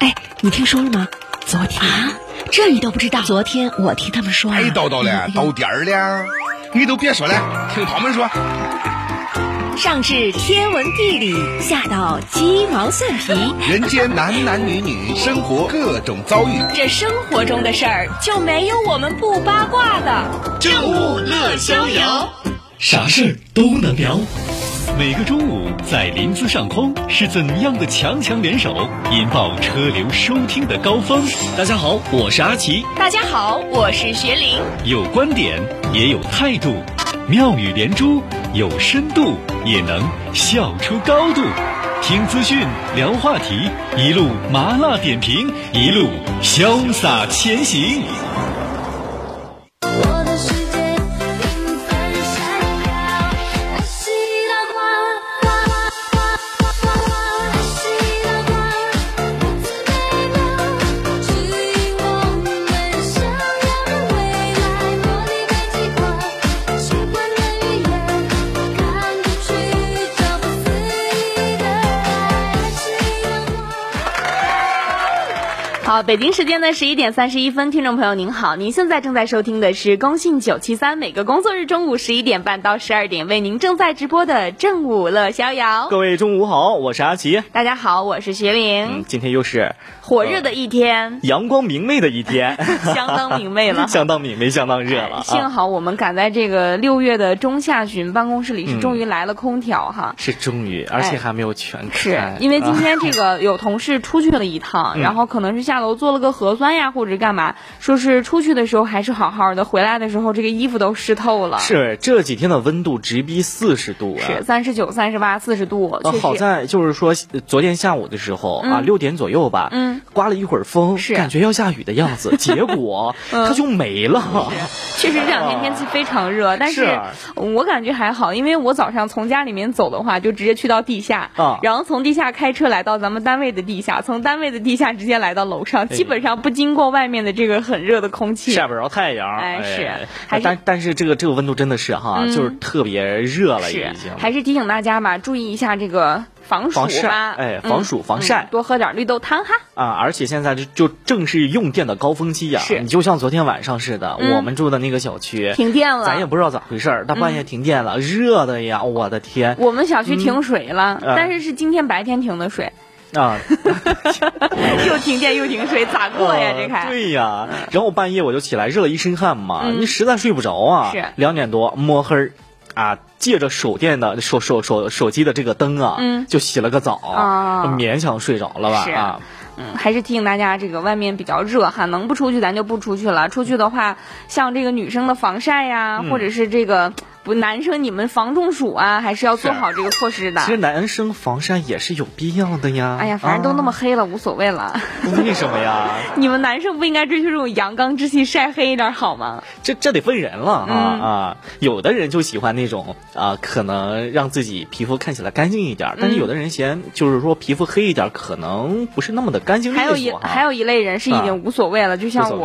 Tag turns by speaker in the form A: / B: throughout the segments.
A: 哎，你听说了吗？昨天
B: 啊，这你都不知道？
A: 昨天我听他们说、啊。
C: 哎，叨叨了，到点儿了，你都别说了，听他们说。
B: 上至天文地理，下到鸡毛蒜皮，
C: 人间男男女女，生活各种遭遇，
B: 这生活中的事儿就没有我们不八卦的。
D: 正午乐逍遥，
E: 啥事儿都能聊。每个中午在临淄上空是怎样的强强联手，引爆车流收听的高峰？大家好，我是阿奇。
B: 大家好，我是学林。
E: 有观点，也有态度，妙语连珠，有深度，也能笑出高度。听资讯，聊话题，一路麻辣点评，一路潇洒前行。
F: 我的世界缤纷闪耀，爱是一道光，花花花花花花，爱是一道光，不自代表，指引我们向阳未来。落地的极光，星光的语言，看不去找不思议的爱，爱是一道光。
B: 好，北京时间的十一点三十一分，听众朋友您好，您现在正在收听的是工信九七三，每个工作日中午十一点半到十二点为您正在直播的正午乐逍遥。
G: 各位中午好，我是阿奇。
B: 大家好，我是学
G: 嗯，
B: 林。
G: 今天又是
B: 火热的一天，
G: 阳光明媚的一天，
B: 相当明媚了
G: 呃
B: 哎
G: 相当明媚，相当热了啊！
B: 幸好我们赶在这个六月的中下旬，办公室
G: 嗯
B: 里是终于来了空调哈。
G: 是终于，而且还没有全
B: 哎是
G: 开，
B: 因为今
G: 啊
B: 天这个有同事出去了一
G: 嗯
B: 趟，然后可能是下楼做了个核酸呀，或者是干嘛，说是出去的时候还是好好的，回来的时候这个衣服都湿透了。
G: 是啊这几天的温度直逼四十度啊！
B: 啊是三十九、三十八、四十度，
G: 呃，
B: 确
G: 好
B: 实
G: 在就是说，呃昨天下午的时候、啊，六点左右吧，
B: 嗯，
G: 刮了一会儿风，
B: 是嗯
G: 感觉要下雨的 样子，结果、它就没了。
B: 确实这两天天气非常 热，但是
G: 啊
B: 我感觉还好，因为我早上从家里面走的话，就直接去到地下，
G: 啊
B: 然后从地下开车来到咱们单位的地下，从单位的地下直接来到楼上，基本上不经过外面的这个很热的空气。
G: 哎晒不着太阳，
B: 哎是还是嗯
G: 但但是这个这个温度真的是哈，就是特别热了，已
B: 是
G: 经，
B: 还是提醒大家吧，注意一下这个防暑
G: 防晒
B: 吧，
G: 哎
B: 嗯
G: 防暑防晒
B: 嗯多喝点绿豆汤哈。
G: 啊，而且现在就就正是用电的高峰期呀、
B: 是
G: 你就像昨天晚上似的，
B: 嗯
G: 我们住的那个小区
B: 停电了嗯
G: 哎咱也不知道咋回事儿，大半夜停电了，热的呀，我的天
B: 我们小区停水了，
G: 嗯啊
B: 但是是今天白天停的水，
G: 啊！
B: 又停电又停水，咋过呀？这还
G: 呃对呀，然后半夜我就起来热了一身汗嘛，
B: 嗯
G: 你实在睡不着啊，
B: 是
G: 两点多摸黑儿。啊，借着手电的手手手手机的这个灯啊，
B: 嗯
G: 就洗了个澡，
B: 啊
G: 勉强睡着了吧？
B: 是
G: 啊，
B: 嗯，还是提醒大家，这个外面比较热哈，能不出去咱就不出去了。出去的话，像这个女生的防晒呀、
G: 嗯
B: 或者是这个不男生你们防中暑啊，还是要做好这个措施的
G: 其。实男生防晒也是有必要的呀。
B: 啊哎呀，反正都那么黑了，无所谓了。
G: 啊、为什么呀？
B: 你们男生不应该追求这种阳刚之气，晒黑一点好吗？
G: 这这得分人了啊、
B: 嗯
G: 啊！有的人就喜欢那种啊，可能让自己皮肤看起来干净一点儿，
B: 嗯
G: 但是有的人嫌就是说皮肤黑一点儿，可能不是那么的干净利
B: 还有一
G: 索哈。
B: 还有一类人是已经无所谓了，就
G: 啊无
B: 像
G: 所
B: 我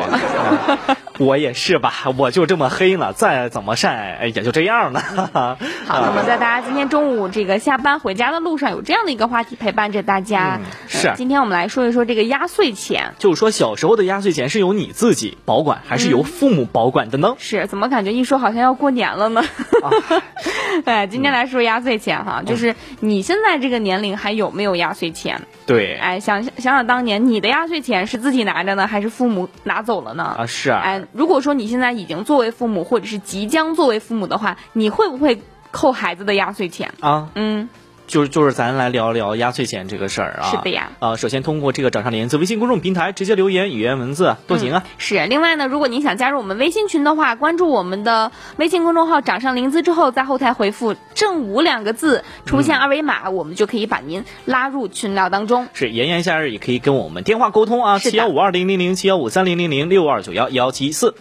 G: 谓。 啊我也是吧，我就这么黑了，再怎么晒哎也就这样了。
B: 嗯好，那么在大家今天中午这个下班回家的路上，有这样的一个话题陪伴着大家。
G: 嗯
B: 呃
G: 是
B: 今天我们来说一说这个压岁钱。
G: 就是说，小时候的压岁钱是由你自己保管，还
B: 嗯
G: 是由父母保管的呢？
B: 是怎么感觉一说好像要过年了呢？
G: 啊
B: 哎，今
G: 嗯
B: 天来说压岁钱哈，就是你现在这个年龄还有没有压岁钱？
G: 对，
B: 哎，想想想当年你的压岁钱是自己拿着呢，还是父母拿走了呢？
G: 啊是
B: 哎，如果说你现在已经作为父母，或者是即将作为父母的话，你会不会扣孩子的压岁钱？
G: 啊，
B: 嗯，
G: 就是就是咱来聊聊压岁钱这个事儿啊。
B: 是的呀。
G: 呃，首先通过这个掌上联资微信公众平台直接留言语言文
B: 嗯
G: 字都行啊。
B: 是，另外呢，如果您想加入我们微信群的话，关注我们的微信公众号“掌上灵姿”之后，在后台回复“正午”两个字，出
G: 嗯
B: 现二维码，我们就可以把您拉入群聊当中。
G: 是炎炎夏日也可以跟我们电话沟通啊，
B: 是
G: 七
B: 的
G: 幺五二零零零七幺五三零零零六二九幺幺七四。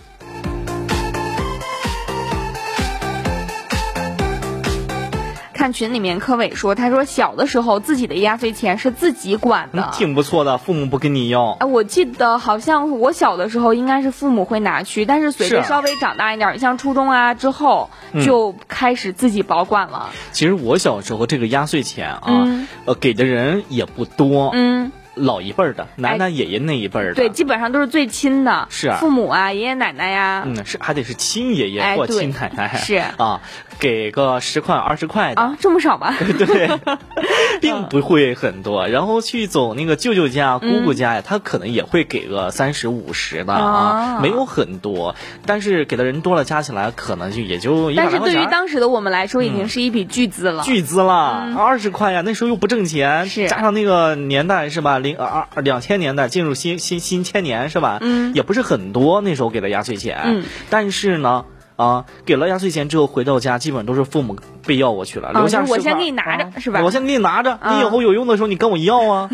B: 看群里面柯伟说，他说小的时候自己的压岁钱是自己管的
G: 嗯，。挺不错的，父母不跟你要。
B: 哎，我记得好像我小的时候应该是父母会拿去，但是随着
G: 是啊嗯
B: 稍微长大一点儿，像初中啊之后，就开始自己保管了。
G: 其实我小时候这个压岁钱啊，
B: 嗯
G: 呃，给的人也不多，
B: 嗯，哎
G: 老一辈儿的，奶奶、爷爷那一辈儿的，
B: 对，基本上都是最亲的，
G: 是啊
B: 父母啊、爷爷奶奶呀、
G: 嗯，是还得是亲爷爷
B: 哎
G: 或
B: 对
G: 亲奶奶，
B: 是
G: 啊，给个十块二十块的，
B: 啊，这么少吧？
G: 对，并不会很多。然后去走那个舅舅家、姑
B: 嗯
G: 姑家呀，他可能也会给个三十五十的啊
B: 啊，
G: 没有很多，但是给的人多了，加起来可能就也就一百
B: 但是
G: 来块
B: 对于
G: 钱。
B: 当时的我们来说，已经是一笔巨资了。
G: 巨资了，二十块呀，那时候又不挣钱，
B: 嗯是
G: 加上那个年代是吧，零二二两千年代进入新新新千年是吧，
B: 嗯
G: 也不是很多，那时候给的压岁钱，
B: 嗯
G: 但是呢。啊，给了压岁钱之后回到家，基本都是父母被要过去了，
B: 啊
G: 留下
B: 就是我
G: 10块
B: 先给你拿着
G: 啊
B: 是吧啊
G: 我先给你拿着，你以后有用的时候你跟我要 啊，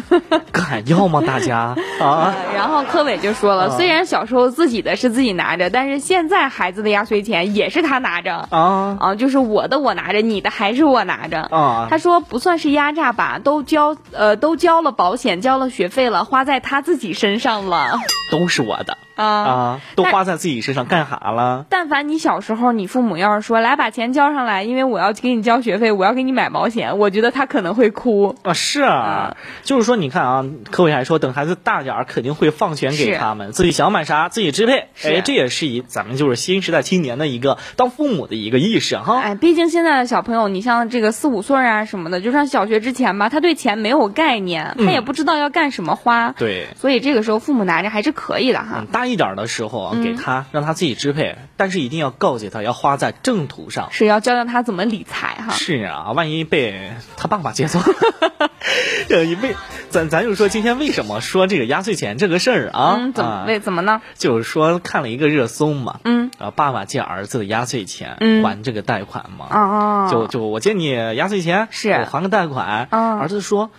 G: 敢要吗？大家啊，
B: 呃然后柯伟就说了，虽然小时候自己的是自己拿着，但是现在孩子的压岁钱也是他拿着
G: 啊
B: 啊，就是我的我拿着，你的还是我拿着。
G: 啊
B: 他说不算是压榨吧，都交呃都交了保险，交了学费了，花在他自己身上了
G: 都是我的
B: 啊。
G: 啊，都
B: 但
G: 花在自己身上干啥了？
B: 但凡你小时候，你父母要是说来把钱交上来，因为我要给你交学费，我要给你买保险，我觉得他可能会哭。
G: 啊，是啊，
B: 嗯
G: 就是说，你看啊，柯伟还说，等孩子大点儿，肯定会放权给
B: 是
G: 他们，自己想买啥自己支配。
B: 是
G: 哎，这也是一咱们就是新时代青年的一个当父母的一个意识哈。
B: 哎，毕竟现在的小朋友，你像这个四五岁啊什么的，就上小学之前吧，他对钱没有概念，他也不知道要干什么花。
G: 嗯对
B: 所以这个时候父母拿着还是可以的哈
G: 嗯，。大一点儿的时候
B: 嗯
G: 啊，给他让他自己支配，但是一定要告诫他要花在正途上。
B: 是要教教他怎么理财哈。
G: 是啊，万一被他爸爸接走， 呃，一为咱咱就说今天为什么说这个压岁钱这个事儿啊？
B: 嗯，怎么
G: 啊
B: 为怎么呢？
G: 就是说看了一个热搜嘛，
B: 嗯，
G: 啊，爸爸借儿子的压岁钱，
B: 嗯
G: 还这个贷款嘛，
B: 哦，
G: 就就我借你压岁钱，
B: 是
G: 我还个贷款，
B: 嗯
G: 儿子说，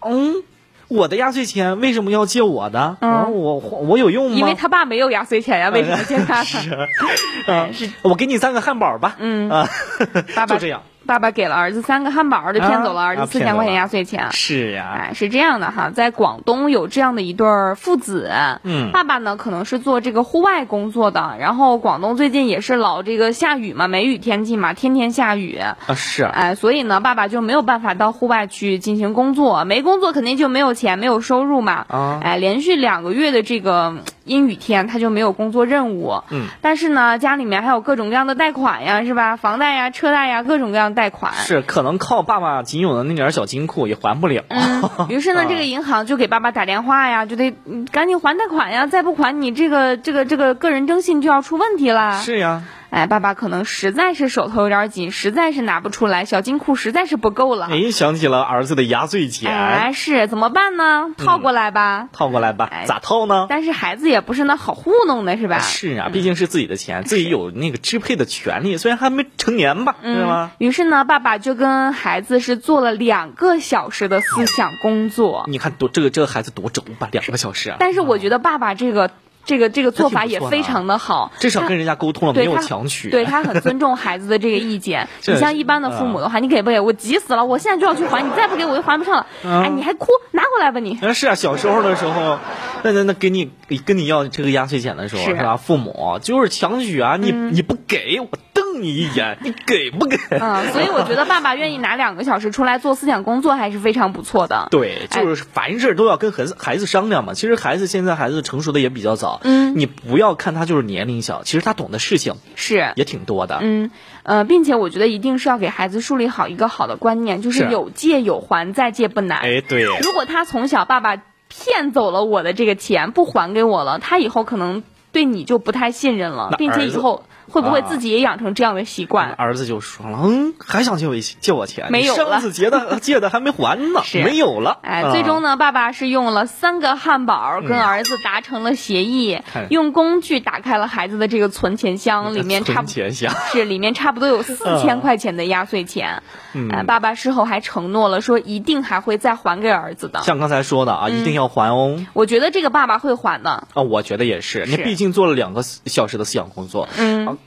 G: 嗯，我的压岁钱为什么要借我的？
B: 嗯
G: 然后我我有用吗？
B: 因为他爸没有压岁钱呀，为什么借 他？
G: 嗯
B: 是
G: 我给你三个汉堡吧，
B: 嗯
G: 啊，
B: 爸爸
G: 就这样，
B: 爸爸给了儿子三个汉堡，就骗走了
G: 啊
B: 儿子
G: 啊
B: 四
G: 骗
B: 千
G: 走
B: 块钱
G: 了
B: 压岁钱。
G: 是啊呀，
B: 哎，是这样的哈，在广东有这样的一对儿父子，
G: 嗯
B: 爸爸呢可能是做这个户外工作的，然后广东最近也是老这个下雨嘛，梅雨天气嘛，天天下雨，
G: 啊是啊，
B: 哎，所以呢，爸爸就没有办法到户外去进行工作，没工作肯定就没有钱，没有收入嘛，
G: 啊
B: 哎，连续两个月的这个嗯阴雨天，他就没有工作任务，
G: 嗯，
B: 但是呢，家里面还有各种各样的贷款呀，是吧？房贷呀、车贷呀，各种各样的贷款，
G: 是可能靠爸爸仅有的那点儿小金库也还不了，
B: 嗯，于是呢，
G: 啊
B: 这个银行就给爸爸打电话呀，就得嗯赶紧还贷款呀，再不还你这个这个这个个人征信就要出问题啦。
G: 是呀，
B: 哎，爸爸可能实在是手头有点紧，实在是拿不出来，小金库实在是不够了。
G: 哎，想起了儿子的压岁钱，
B: 哎，是怎么办
G: 嗯
B: 呢？套过来吧。
G: 套过来吧，
B: 哎
G: 咋套呢？
B: 但是孩子也不是那好糊弄的，是吧？
G: 是啊，毕竟是自己的钱，自己有那个支配的权利，虽然还没成年吧，
B: 嗯
G: 对吗？
B: 于是呢，爸爸就跟孩子是做了两个小时的思想工作。
G: 你看多这个这个孩子多轴吧，两个小时啊，
B: 但是我觉得爸爸这个这个这个做法
G: 还挺
B: 也
G: 不错的
B: 非
G: 啊
B: 常的好，
G: 至少跟人家沟通了，哦
B: 对
G: 没有
B: 他
G: 强取。啊
B: 对他很尊重孩子的这个意 见。
G: 这
B: 你像一般的父母的话，你给不给我急死了，我现在就要去还，你再不给我就还不上了。
G: 嗯
B: 哎，你还哭，拿过来吧你。
G: 啊，是啊，小时候的时候，那那那给你跟你要这个压岁钱的时候，
B: 是
G: 是吧？父母就是强取啊，你你不给我瞪你一眼，你给不给？
B: 嗯，所以我觉得爸爸愿意拿两个小时出来做思想工作还是非常不错的。
G: 对，
B: 哎
G: 就是凡事都要跟孩子孩子商量嘛。其实孩子现在孩子成熟的也比较早，
B: 嗯
G: 你不要看他就是年龄小，其实他懂的事情
B: 是，
G: 也挺多的。
B: 嗯，呃，并且我觉得一定是要给孩子树立好一个好的观念，就是
G: 是啊
B: 有借有还，再借不难。
G: 哎，对，
B: 如果他从小爸爸骗走了我的这个钱，不还给我了，他以后可能对你就不太信任了
G: 那，
B: 并且
G: 儿
B: 以
G: 子
B: 后会不会
G: 啊
B: 自己也养成这样的习惯？
G: 儿子就说了，嗯，还想借我借我钱，
B: 没有
G: 你
B: 了
G: 上次借的借的还没还呢，
B: 是
G: 没有了。
B: 哎，
G: 嗯
B: 最终呢，爸爸是用了三个汉堡跟儿子达成了协议，
G: 看
B: 用工具打开了孩子的这个存钱箱，里面差
G: 存
B: 不
G: 钱啊嗯箱，
B: 是里面差不多有四千块钱的压岁钱。
G: 嗯
B: 哎，爸爸事后还承诺了，说一定还会再还给儿子的。
G: 像刚才说的啊，
B: 嗯
G: 一定要还哦。
B: 我觉得这个爸爸会还的。
G: 啊，我觉得也是，你
B: 是
G: 毕竟做了两个小时的思想工作，啊
B: 嗯，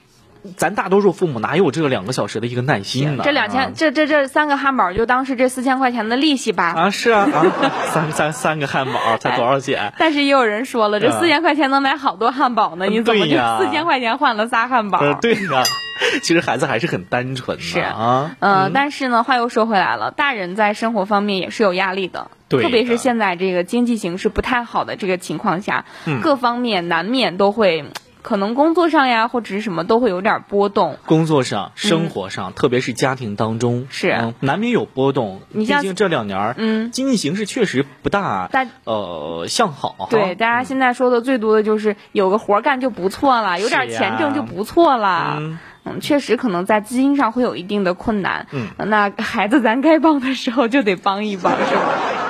G: 咱大多数父母哪有这两个小时的一个耐心呢？
B: 这两千，这这这三个汉堡就当是这四千块钱的利息吧。
G: 啊，是啊，啊 三三三个汉堡才多少钱？
B: 但是也有人说了，这
G: 嗯
B: 四千块钱能买好多汉堡呢，你怎么
G: 对
B: 就
G: 呀
B: 四千块钱换了仨汉堡？
G: 呃，对呀、 其实孩子还是很单纯的
B: 是
G: 啊。
B: 嗯呃，但是呢，话又说回来了，大人在生活方面也是有压力的。
G: 对的
B: 特别是现在这个经济形势不太好的这个情况下，
G: 嗯
B: 各方面难免都会，可能工作上呀或者是什么都会有点波动。
G: 工作上、生活上，特别是家庭当中，
B: 嗯是
G: 嗯难免有波动。
B: 你
G: 毕
B: 像
G: 竟这两年儿，
B: 嗯
G: 经济形势确实不大
B: 大，
G: 呃，向好哈。
B: 对，大家现在说的最多的就是有个活儿干就不错了，有点
G: 是呀
B: 钱挣就不错了。
G: 嗯
B: 嗯，确实可能在资金上会有一定的困难。
G: 嗯，
B: 那孩子咱该帮的时候就得帮一帮，是吧？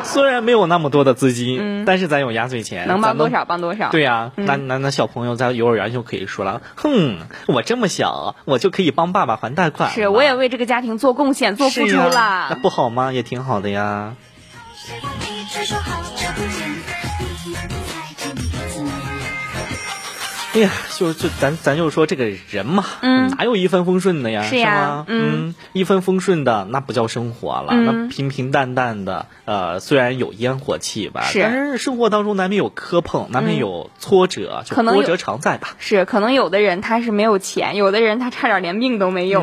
G: 虽然没有那么多的资金，
B: 嗯
G: 但是咱有压岁钱，
B: 能
G: 咱
B: 帮多少嗯帮多少。
G: 对呀、那那那小朋友在幼儿园就可以说了，哼，我这么小，我就可以帮爸爸还贷款了，
B: 是，我也为这个家庭做贡献、做付
G: 是
B: 出
G: 呀
B: 了。
G: 那不好吗？也挺好的呀。
F: 一直说好久不见，你才见第一次面。
G: 哎呀，就就咱咱就说这个人嘛，
B: 嗯
G: 哪有一帆风顺的呀？
B: 是
G: 是
B: 呀
G: 吗？
B: 嗯
G: 一帆风顺的那不叫生活了，
B: 嗯
G: 那平平淡淡的，呃，虽然有烟火气吧，
B: 是
G: 但是生活当中难免有磕碰，难免
B: 嗯
G: 有挫折，就
B: 可能
G: 波
B: 有
G: 折常 在吧。
B: 是，可能有的人他是没有钱，有的人他差点连命都没有。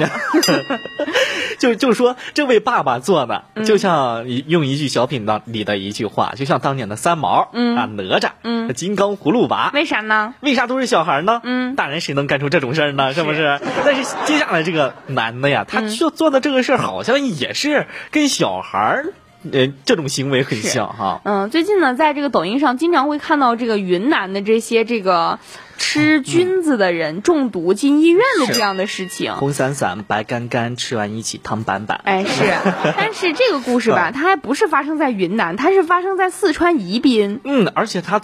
G: 就就说这位爸爸做的，
B: 嗯
G: 就像一用一句小品的里的一句话，就像当年的三毛，
B: 嗯
G: 啊，哪吒，
B: 嗯
G: 金刚葫芦娃。
B: 为啥呢？
G: 为啥都是小孩儿呢？
B: 嗯
G: 大人谁能干出这种事儿呢？是不是？但是接下来这个男
B: 嗯
G: 的呀，他就做的这个事儿，好像也是跟小孩儿，呃，这种行为很像哈。
B: 嗯，最近呢，在这个抖音上经常会看到这个云南的这些这个
G: 嗯
B: 吃菌子的人中毒进医院的这样的事情。
G: 红伞伞，白干干，吃完一起汤板板。
B: 哎， 是，但是这个故事
G: 嗯
B: 吧，它还不是发生在云南，它是发生在四川宜宾。
G: 嗯，而且他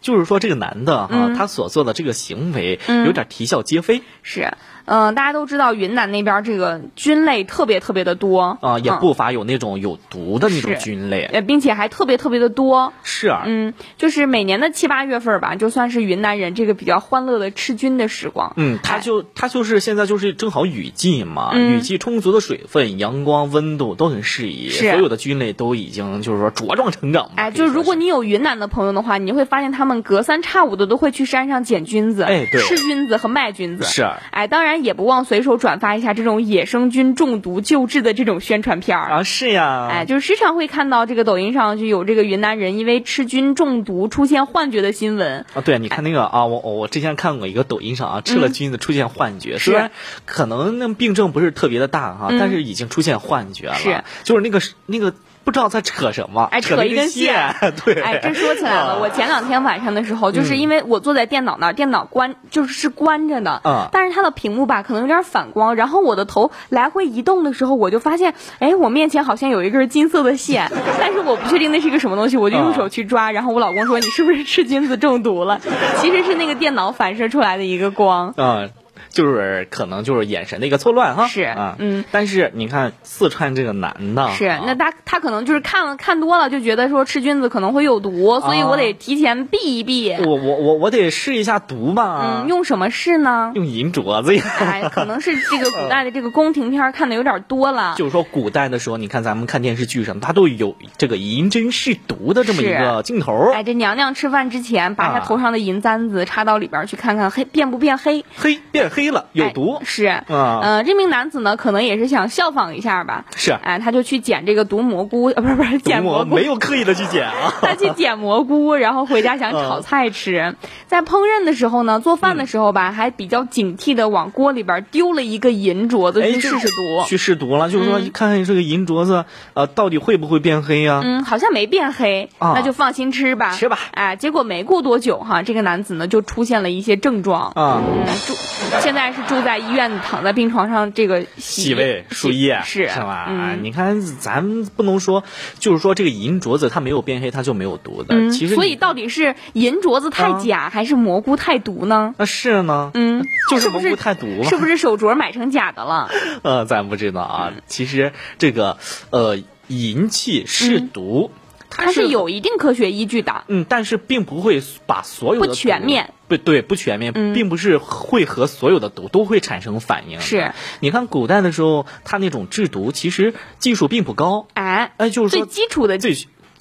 G: 就是说这个男的哈，
B: 嗯
G: 他所做的这个行为
B: 嗯
G: 有点啼笑皆非。
B: 是，嗯、大家都知道云南那边这个菌类特别特别的多
G: 啊、也
B: 嗯
G: 不乏有那种有毒的那种
B: 是
G: 菌类。
B: 呃，并且还特别特别的多。
G: 是啊，
B: 嗯，就是每年的七八月份儿吧，就算是云南人这个比较欢乐的吃菌的时光。
G: 嗯，它
B: 哎
G: 就它就是现在就是正好雨季嘛，
B: 嗯
G: 雨季充足的水分、阳光、温度都很适宜，
B: 是啊
G: 所有的菌类都已经就是说茁壮成长嘛。
B: 哎，
G: 可以
B: 就是
G: 说
B: 如果你有云南的朋友的话，你会发现他们隔三差五的都会去山上捡菌子，
G: 哎对
B: 吃菌子和卖菌子。
G: 是啊
B: 哎，当然也不忘随手转发一下这种野生菌中毒救治的这种宣传片儿。
G: 啊是呀，
B: 哎，就是时常会看到这个抖音上就有这个云南人因为吃菌中毒出现幻觉的新闻。
G: 啊，对，你看那个啊，我我之前看过一个抖音上
B: 嗯
G: 啊，吃了菌子出现幻觉，虽然可能那病症不是特别的大哈、
B: 嗯
G: 但是已经出现幻觉了，
B: 是
G: 就是那个那个不知道在扯什么，
B: 哎扯
G: 了
B: 一根
G: 线， 对，
B: 哎，这说起来了，我前两天晚上的时候，
G: 嗯
B: 就是因为我坐在电脑那儿，电脑关就是是关着的，
G: 啊
B: 但是它的屏幕吧可能有点反光，然后我的头来回移动的时候，我就发现，哎，我面前好像有一根金色的线，但是我不确定那是个什么东西，我就用
G: 嗯
B: 手去抓，然后我老公说你是不是吃菌子中毒了？其实是那个电脑反射出来的一个光。
G: 啊、就是可能就是眼神的一个错乱哈。
B: 是
G: 啊，
B: 嗯。
G: 但是你看四川这个男的，
B: 是
G: 啊，
B: 那他他可能就是看了看多了，就觉得说吃菌子可能会有毒，所以我得提前避一避。
G: 啊我啊我我我得试一下毒吧。
B: 嗯，用什么试呢？
G: 用银镯子呀。
B: 哎，可能是这个古代的这个宫廷片儿看的有点多了。
G: 就是说，古代的时候，你看咱们看电视剧什么，它都有这个银针试毒的这么一个镜头。
B: 哎，这娘娘吃饭之前，把她
G: 啊
B: 头上的银簪子插到里边儿去看看黑变不变黑，
G: 黑变黑了，有
B: 哎
G: 毒。
B: 是。
G: 啊
B: 呃，这名男子呢，可能也是想效仿一下吧。
G: 是啊
B: 哎，他就去捡这个毒蘑菇，呃，不是不是，捡
G: 毒
B: 蘑
G: 蘑
B: 菇
G: 没。有刻意的去捡啊。
B: 他去捡蘑菇，然后回家
G: 嗯
B: 想炒菜吃。在烹饪的时候呢，做饭的时候吧，还比较警惕的往锅里边儿丢了一个银镯子
G: 哎，
B: 去试试毒。
G: 去试毒了，就是说
B: 嗯
G: 看看这个银镯子，呃，到底会不会变黑呀？
B: 嗯，好像没变黑，
G: 啊
B: 那就放心吃吧。
G: 吃吧
B: 哎，结果没过多久哈，这个男子呢就出现了一些症状。
G: 啊，
B: 嗯，住现在是住在医院，躺在病床上，这个
G: 洗胃输液
B: 是
G: 啊是吧？
B: 嗯，
G: 你看，咱们不能说，就是说这个银镯子它没有变黑，它就没有毒的。
B: 嗯
G: 呃其实
B: 所
G: 你嗯
B: 以到底是银镯子太假，还是蘑菇太毒呢？
G: 那是呢，
B: 嗯，
G: 呃就是
B: 不
G: 蘑
B: 是
G: 菇太毒了。
B: 是不是手镯买成假的了？
G: 呃，咱不知道啊。
B: 嗯
G: 其实这个呃，银器试
B: 嗯
G: 毒，它
B: 它
G: 是
B: 是有一定科学依据的。
G: 嗯，但是并不会把所有的
B: 不全
G: 毒
B: 面，
G: 不对，不全面，
B: 嗯
G: 并不是会和所有的毒都会产生反应的。
B: 是
G: 你看古代的时候，它那种制毒其实技术并不高，
B: 哎，
G: 哎，就是
B: 最
G: 说
B: 基础的
G: 最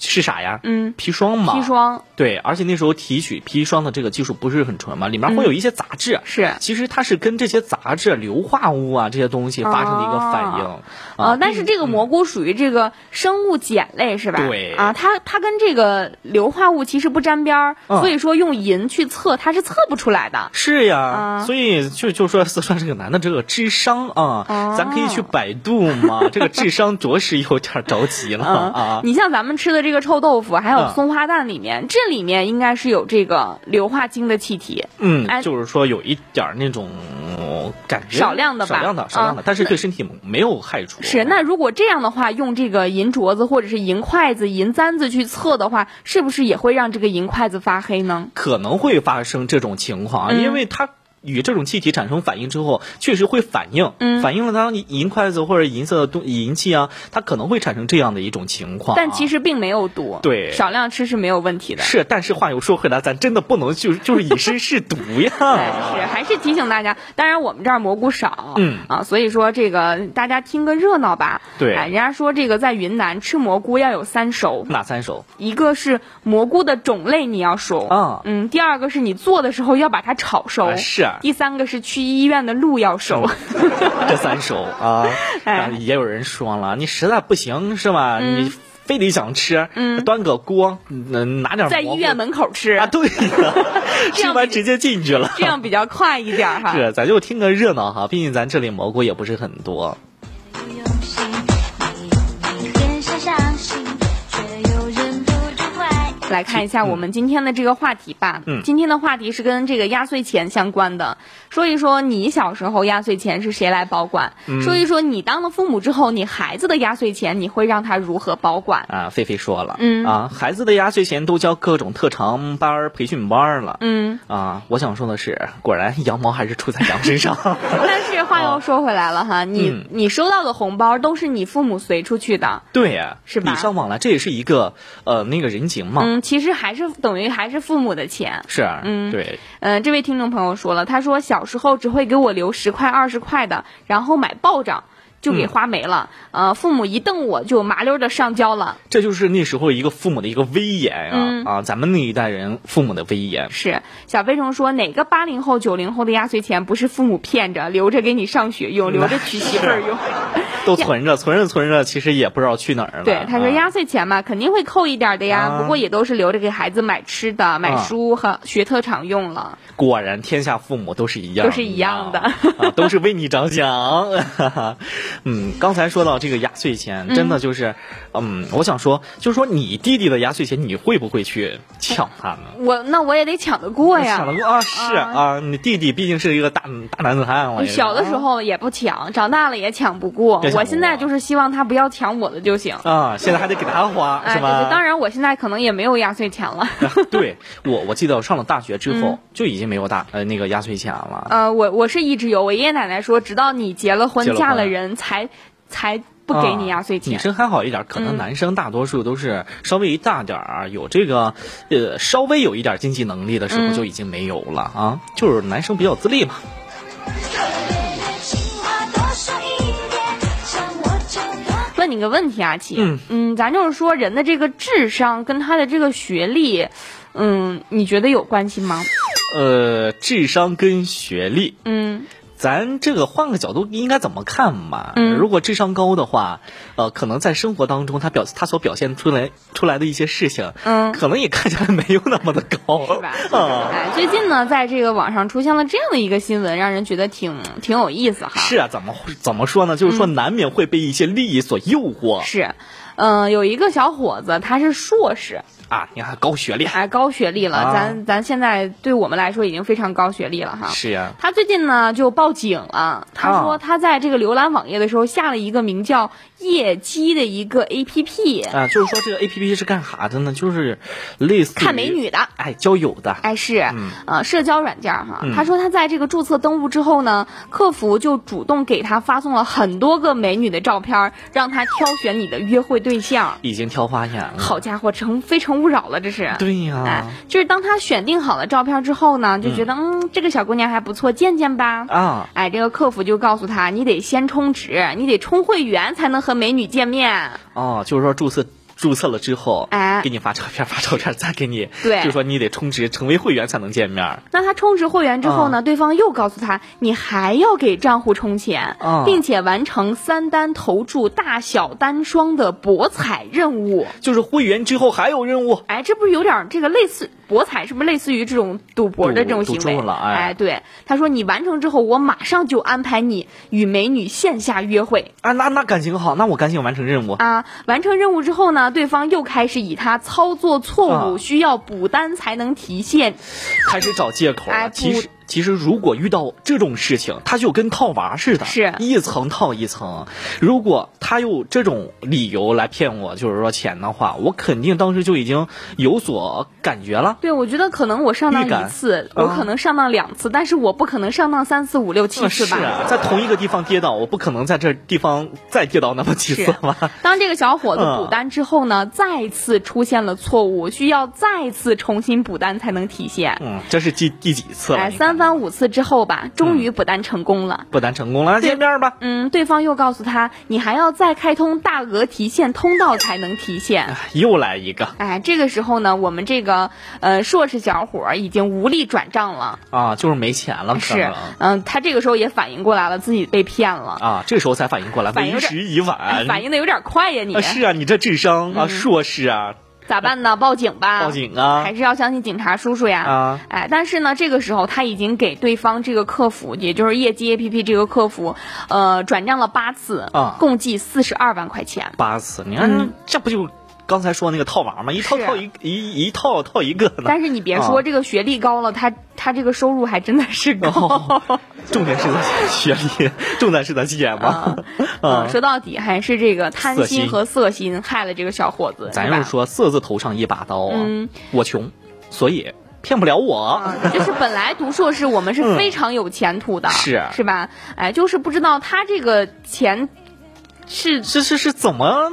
G: 是啥呀？
B: 嗯
G: 砒霜嘛。
B: 砒。霜
G: 对，而且那时候提取砒霜的这个技术不是很纯嘛，里面会有一些杂
B: 嗯
G: 质。啊
B: 是
G: 其实它是跟这些杂质、硫化物啊这些东西发生的一个反应。啊
B: 呃，但
G: 嗯
B: 是这个蘑菇属于这个生物碱类是吧？
G: 对
B: 啊，它它跟这个硫化物其实不沾边儿，
G: 嗯
B: 所以说用银去测它是测不出来的。
G: 是呀，
B: 啊
G: 所以就就说算是个男的这个智商啊，
B: 哦
G: 咱可以去百度嘛。这个智商着实有点着急了
B: 嗯
G: 啊。
B: 你像咱们吃的这个臭豆腐，还有
G: 嗯
B: 松花蛋里面，这里面应该是有这个硫化氢的气体，
G: 嗯，
B: 哎
G: 就是说有一点儿那种感觉，
B: 少量的吧嗯
G: 少量的，少量的，但是对身体没有害处。
B: 是，那如果这样的话，用这个银镯子或者是银筷子、银簪子去测的话，是不是也会让这个银筷子发黑呢？
G: 可能会发生这种情况，
B: 嗯
G: 因为它。与这种气体产生反应之后，确实会反应，
B: 嗯
G: 反应了当银筷子或者银色的东银器啊，它可能会产生这样的一种情况啊、
B: 但其实并没有毒，
G: 对
B: 少量吃是没有问题的。
G: 是，但是话又说回来，咱真的不能就就是以身试毒
B: 对，
G: 呀。
B: 是还是提醒大家，当然我们这儿蘑菇少，
G: 嗯
B: 啊，所以说这个大家听个热闹吧。
G: 对
B: 哎，人家说这个在云南吃蘑菇要有三熟，
G: 哪三首
B: 一个是蘑菇的种类你要熟，
G: 啊
B: 嗯，第二个是你做的时候要把它炒熟，
G: 啊是嗯啊
B: 第三个是去医院的路要熟，
G: 这三首啊，
B: 哎
G: 啊也有人说了，你实在不行是吧？
B: 嗯
G: 你非得想吃，
B: 嗯
G: 端个锅，嗯拿 点
B: 在
G: 蘑
B: 医
G: 菇
B: 院门口吃，
G: 啊，对呀，
B: 这
G: 吃
B: 样
G: 完
B: 比
G: 直接进去了。
B: 这样比较快一点儿哈。
G: 是，咱就听个热闹哈，毕竟咱这里蘑菇也不是很多。
F: 不用心，你变相相信，却又忍不住怀疑。
B: 来看一下我们今天的这个话题吧。
G: 嗯
B: 今天的话题是跟这个压岁钱相关的，说一说你小时候压岁钱是谁来保管，
G: 嗯
B: 说一说你当了父母之后，你孩子的压岁钱你会让他如何保管？
G: 啊，菲菲说了，
B: 嗯
G: 啊，孩子的压岁钱都交各种特长班儿、培训班儿了。
B: 嗯，
G: 啊，我想说的是，果然羊毛还是出在羊身 上。
B: 但是话又说回来了哈，你、
G: 嗯
B: 你收到的红包都是你父母随出去的，
G: 对呀，
B: 是吧
G: 礼尚往来，这也是一个呃那个人情嘛。
B: 嗯，其实还是等于还是父母的钱。
G: 是，啊
B: 嗯
G: 对，
B: 嗯、这位听众朋友说了，他说小时候只会给我留十块二十块的，然后买暴涨就给
G: 嗯
B: 花没了。呃，父母一瞪我就麻溜的上交了。
G: 这就是那时候一个父母的一个威严啊、
B: 嗯
G: 啊，咱们那一代人父母的威严。
B: 是小飞虫说，哪个八零后、九零后的压岁钱不是父母骗着，留着给你上学用，留着娶媳妇儿 用？
G: 都存着，存着存着，其实也不知道去哪儿了。
B: 对，他说
G: 啊
B: 压岁钱嘛，肯定会扣一点儿的呀，
G: 啊
B: 不过也都是留着给孩子买吃的、买
G: 啊
B: 书和学特长用了。
G: 果然天下父母都是一样，
B: 都是一样的
G: 啊， 都是为你着想。嗯，刚才说到这个压岁钱，真的就是，嗯，我想说，就是说你弟弟的压岁钱，你会不会去抢他呢？
B: 我那我也得抢得过呀。
G: 抢得过啊，是
B: 啊
G: 啊，你弟弟毕竟是一个大大男子汉哎了。
B: 我小的时候也不抢，长大了也抢不过。
G: 啊也抢不过
B: 我现在就是希望他不要抢我的就行。
G: 啊，现在还得给他花，
B: 哎，
G: 是
B: 对
G: 吧？
B: 对，当然我现在可能也没有压岁钱 了。
G: 对我，我记得我上了大学之
B: 嗯
G: 后、就已经没有大呃那个压岁钱了。
B: 呃，我我是一直有，我爷爷奶奶说，直到你结了婚、
G: 结了婚
B: 嫁了人才才不给你压岁
G: 啊女
B: 钱。嗯
G: 生还好一点，可能男生大多数都是稍微一大点儿，有这个，呃，稍微有一点经济能力的时
B: 嗯
G: 候就已经没有了啊，就是男生比较自立嘛。
F: 情话多说一点，像我这样。
B: 问你个问题，阿奇，
G: 嗯
B: 咱就是说人的这个智商跟他的这个学历，嗯，你觉得有关系吗？
G: 呃，智商跟学历，
B: 嗯，
G: 咱这个换个角度应该怎么看嘛？
B: 嗯
G: 如果智商高的话，呃，可能在生活当中他表他所表现出来出来的一些事情，
B: 嗯
G: 可能也看起来没有那么的高，
B: 是吧？
G: 啊。
B: 哎，最近呢，在这个网上出现了这样的一个新闻，让人觉得挺挺有意思哈。
G: 是啊，怎么会怎么说呢？就
B: 嗯
G: 是说，难免会被一些利益所诱惑。
B: 是，嗯、有一个小伙子，他是硕士，
G: 啊，你看高学历，
B: 哎，高学历了，
G: 啊
B: 咱咱现在对我们来说已经非常高学历了哈。
G: 是呀、
B: 他最近呢就报警了，他说
G: 啊
B: 他在这个浏览网页的时候下了一个名叫“夜机”的一个 APP，
G: 啊，就是说这个 A P P 是干啥的呢？就是类似于
B: 看美女，的。
G: 哎，交友的，
B: 哎，是，
G: 嗯
B: 呃，社交软件儿哈。
G: 嗯
B: 他说他在这个注册登录之后呢，客服就主动给他发送了很多个美女的照片儿，让他挑选你的约会对象。
G: 已经挑花眼了。
B: 好家伙，成非诚勿扰了，这是。
G: 对呀、
B: 哎，就是当他选定好了照片之后呢，就觉得嗯这个小姑娘还不错，见见吧。
G: 啊，
B: 哎，这个客服就告诉他，你得先充值，你得充会员才能和美女见面。
G: 哦，就是说注册注册了之后，
B: 哎
G: 给你发照片，发照片再给你，
B: 对
G: 就说你得充值成为会员才能见面儿。
B: 那他充值会员之后
G: 啊
B: 呢，对方又告诉他，你还要给账户充钱，
G: 啊
B: 并且完成三单投注大小单双的博彩任务。
G: 就是会员之后还有任务，
B: 哎，这不是有点儿这个类似博彩，是不是类似于这种赌博的这种
G: 赌
B: 行
G: 赌
B: 为？
G: 中了哎
B: 哎对，他说你完成之后，我马上就安排你与美女线下约会
G: 啊，那那感情好，那我赶紧完成任务。
B: 啊。完成任务之后呢，对方又开始以他操作错误、
G: 啊
B: 需要补单才能提现
G: 开始找借口
B: 哎
G: 了。
B: 不
G: 其实，其实如果遇到这种事情，他就跟套娃似的，
B: 是
G: 一层套一层。如果他用这种理由来骗我，就是说钱的话，我肯定当时就已经有所感觉了。
B: 对，我觉得可能我上当
G: 预感
B: 一次，
G: 啊
B: 我可能上当两次，但是我不可能上当三四五六七次
G: 是
B: 吧。
G: 啊，在同一个地方跌倒，我不可能在这地方再跌倒那么几次吧？
B: 当这个小伙子
G: 嗯
B: 补单之后呢，再次出现了错误，需要再次重新补单才能提现。
G: 嗯，这是第第几次了？嗯
B: 哎，
G: 你看
B: 三番五次之后吧，终于补单成功了。
G: 不单成功了，那见面吧。
B: 嗯，对方又告诉他，你还要再开通大额提现通道才能提现。
G: 又来一个
B: 哎，这个时候呢，我们这个呃硕士小伙儿已经无力转账了，
G: 啊，就是没钱了，可
B: 是
G: 能，
B: 嗯，他这个时候也反应过来了，自己被骗了。
G: 啊，这时候才反应过来，
B: 反应
G: 为
B: 有点
G: 时已
B: 哎
G: 晚。
B: 反应的有点快呀你，嗯
G: 啊，是啊，你这智商啊，硕士啊，
B: 咋办呢？报警吧，
G: 报警啊
B: 还是要相信警察叔叔呀。
G: 啊
B: 哎，但是呢，这个时候他已经给对方这个客服，也就是业绩 APP 这个客服，呃，转账了八次，
G: 啊
B: 共计四十二万块钱。
G: 八次，你看、
B: 嗯
G: 这不就刚才说那个套娃吗？一套
B: 是啊
G: 套一一一套套一个呢。
B: 但是你别说，
G: 啊
B: 这个学历高了，他他这个收入还真的是高。
G: 哦重点是在学历，重点是在钱 吗？
B: 啊
G: 啊
B: 嗯，说到底还是这个贪
G: 色
B: 心
G: 心
B: 和色心害了这个小伙子，
G: 咱
B: 是吧
G: 又说色字头上一把刀啊，
B: 嗯
G: 我穷，所以骗不了我。
B: 啊，就是本来读硕士我们是非常有前途的，
G: 是
B: 是吧？哎，就是不知道他这个钱是
G: 这这是怎么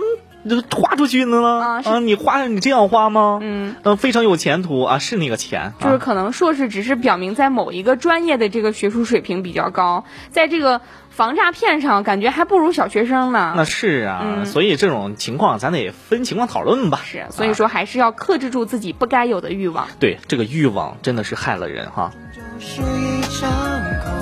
G: 花出去的呢？
B: 啊是
G: 你花你这样花吗？
B: 嗯
G: 呃非常有前途啊，是那个钱，
B: 就是
G: 啊、
B: 可能硕士只是表明在某一个专业的这个学术水平比较高，在这个防诈骗上感觉还不如小学生
G: 那
B: 呢。
G: 是啊，
B: 嗯
G: 所以这种情况咱得分情况讨论吧。
B: 是，所以说
G: 啊
B: 还是要克制住自己不该有的欲望。
G: 对，这个欲望真的是害了人哈。
D: 是一场空。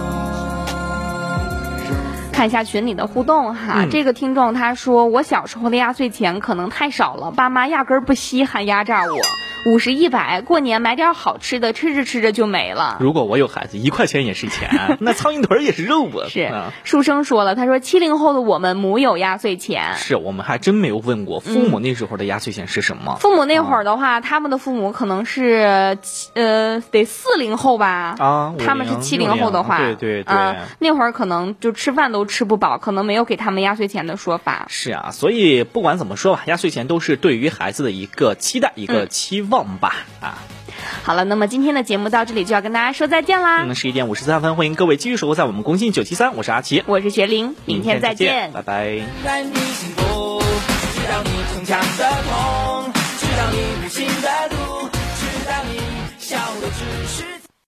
B: 看一下群里的互动哈，
G: 嗯
B: 这个听众他说，我小时候的压岁钱可能太少了，爸妈压根儿不稀罕压榨我，五十一百，过年买点好吃的，吃着吃着就没了。
G: 如果我有孩子，一块钱也是钱， 那苍蝇腿儿也是肉啊。
B: 是
G: 啊，
B: 书生说了，他说七零后的我们母有压岁钱，
G: 是我们还真没有问过父母那时候的压岁钱是什么、
B: 父母那会儿的话，他们的父母可能是七呃得四零后吧，
G: 啊
B: 他们是
G: 50
B: 七零后的话，
G: 对对对
B: 啊，那会儿可能就吃饭都吃不饱，可能没有给他们压岁钱的说法。
G: 是啊，所以不管怎么说吧，压岁钱都是对于孩子的一个期待，一个
B: 嗯
G: 期望吧。啊，
B: 好了，那么今天的节目到这里就要跟大家说再见啦，
G: 那十一点五十三分，欢迎各位继续守候在我们工信九七三，我是阿奇，
B: 我是学玲，明天再见
G: 拜拜。
H: 带你幸福，直到你成长的梦。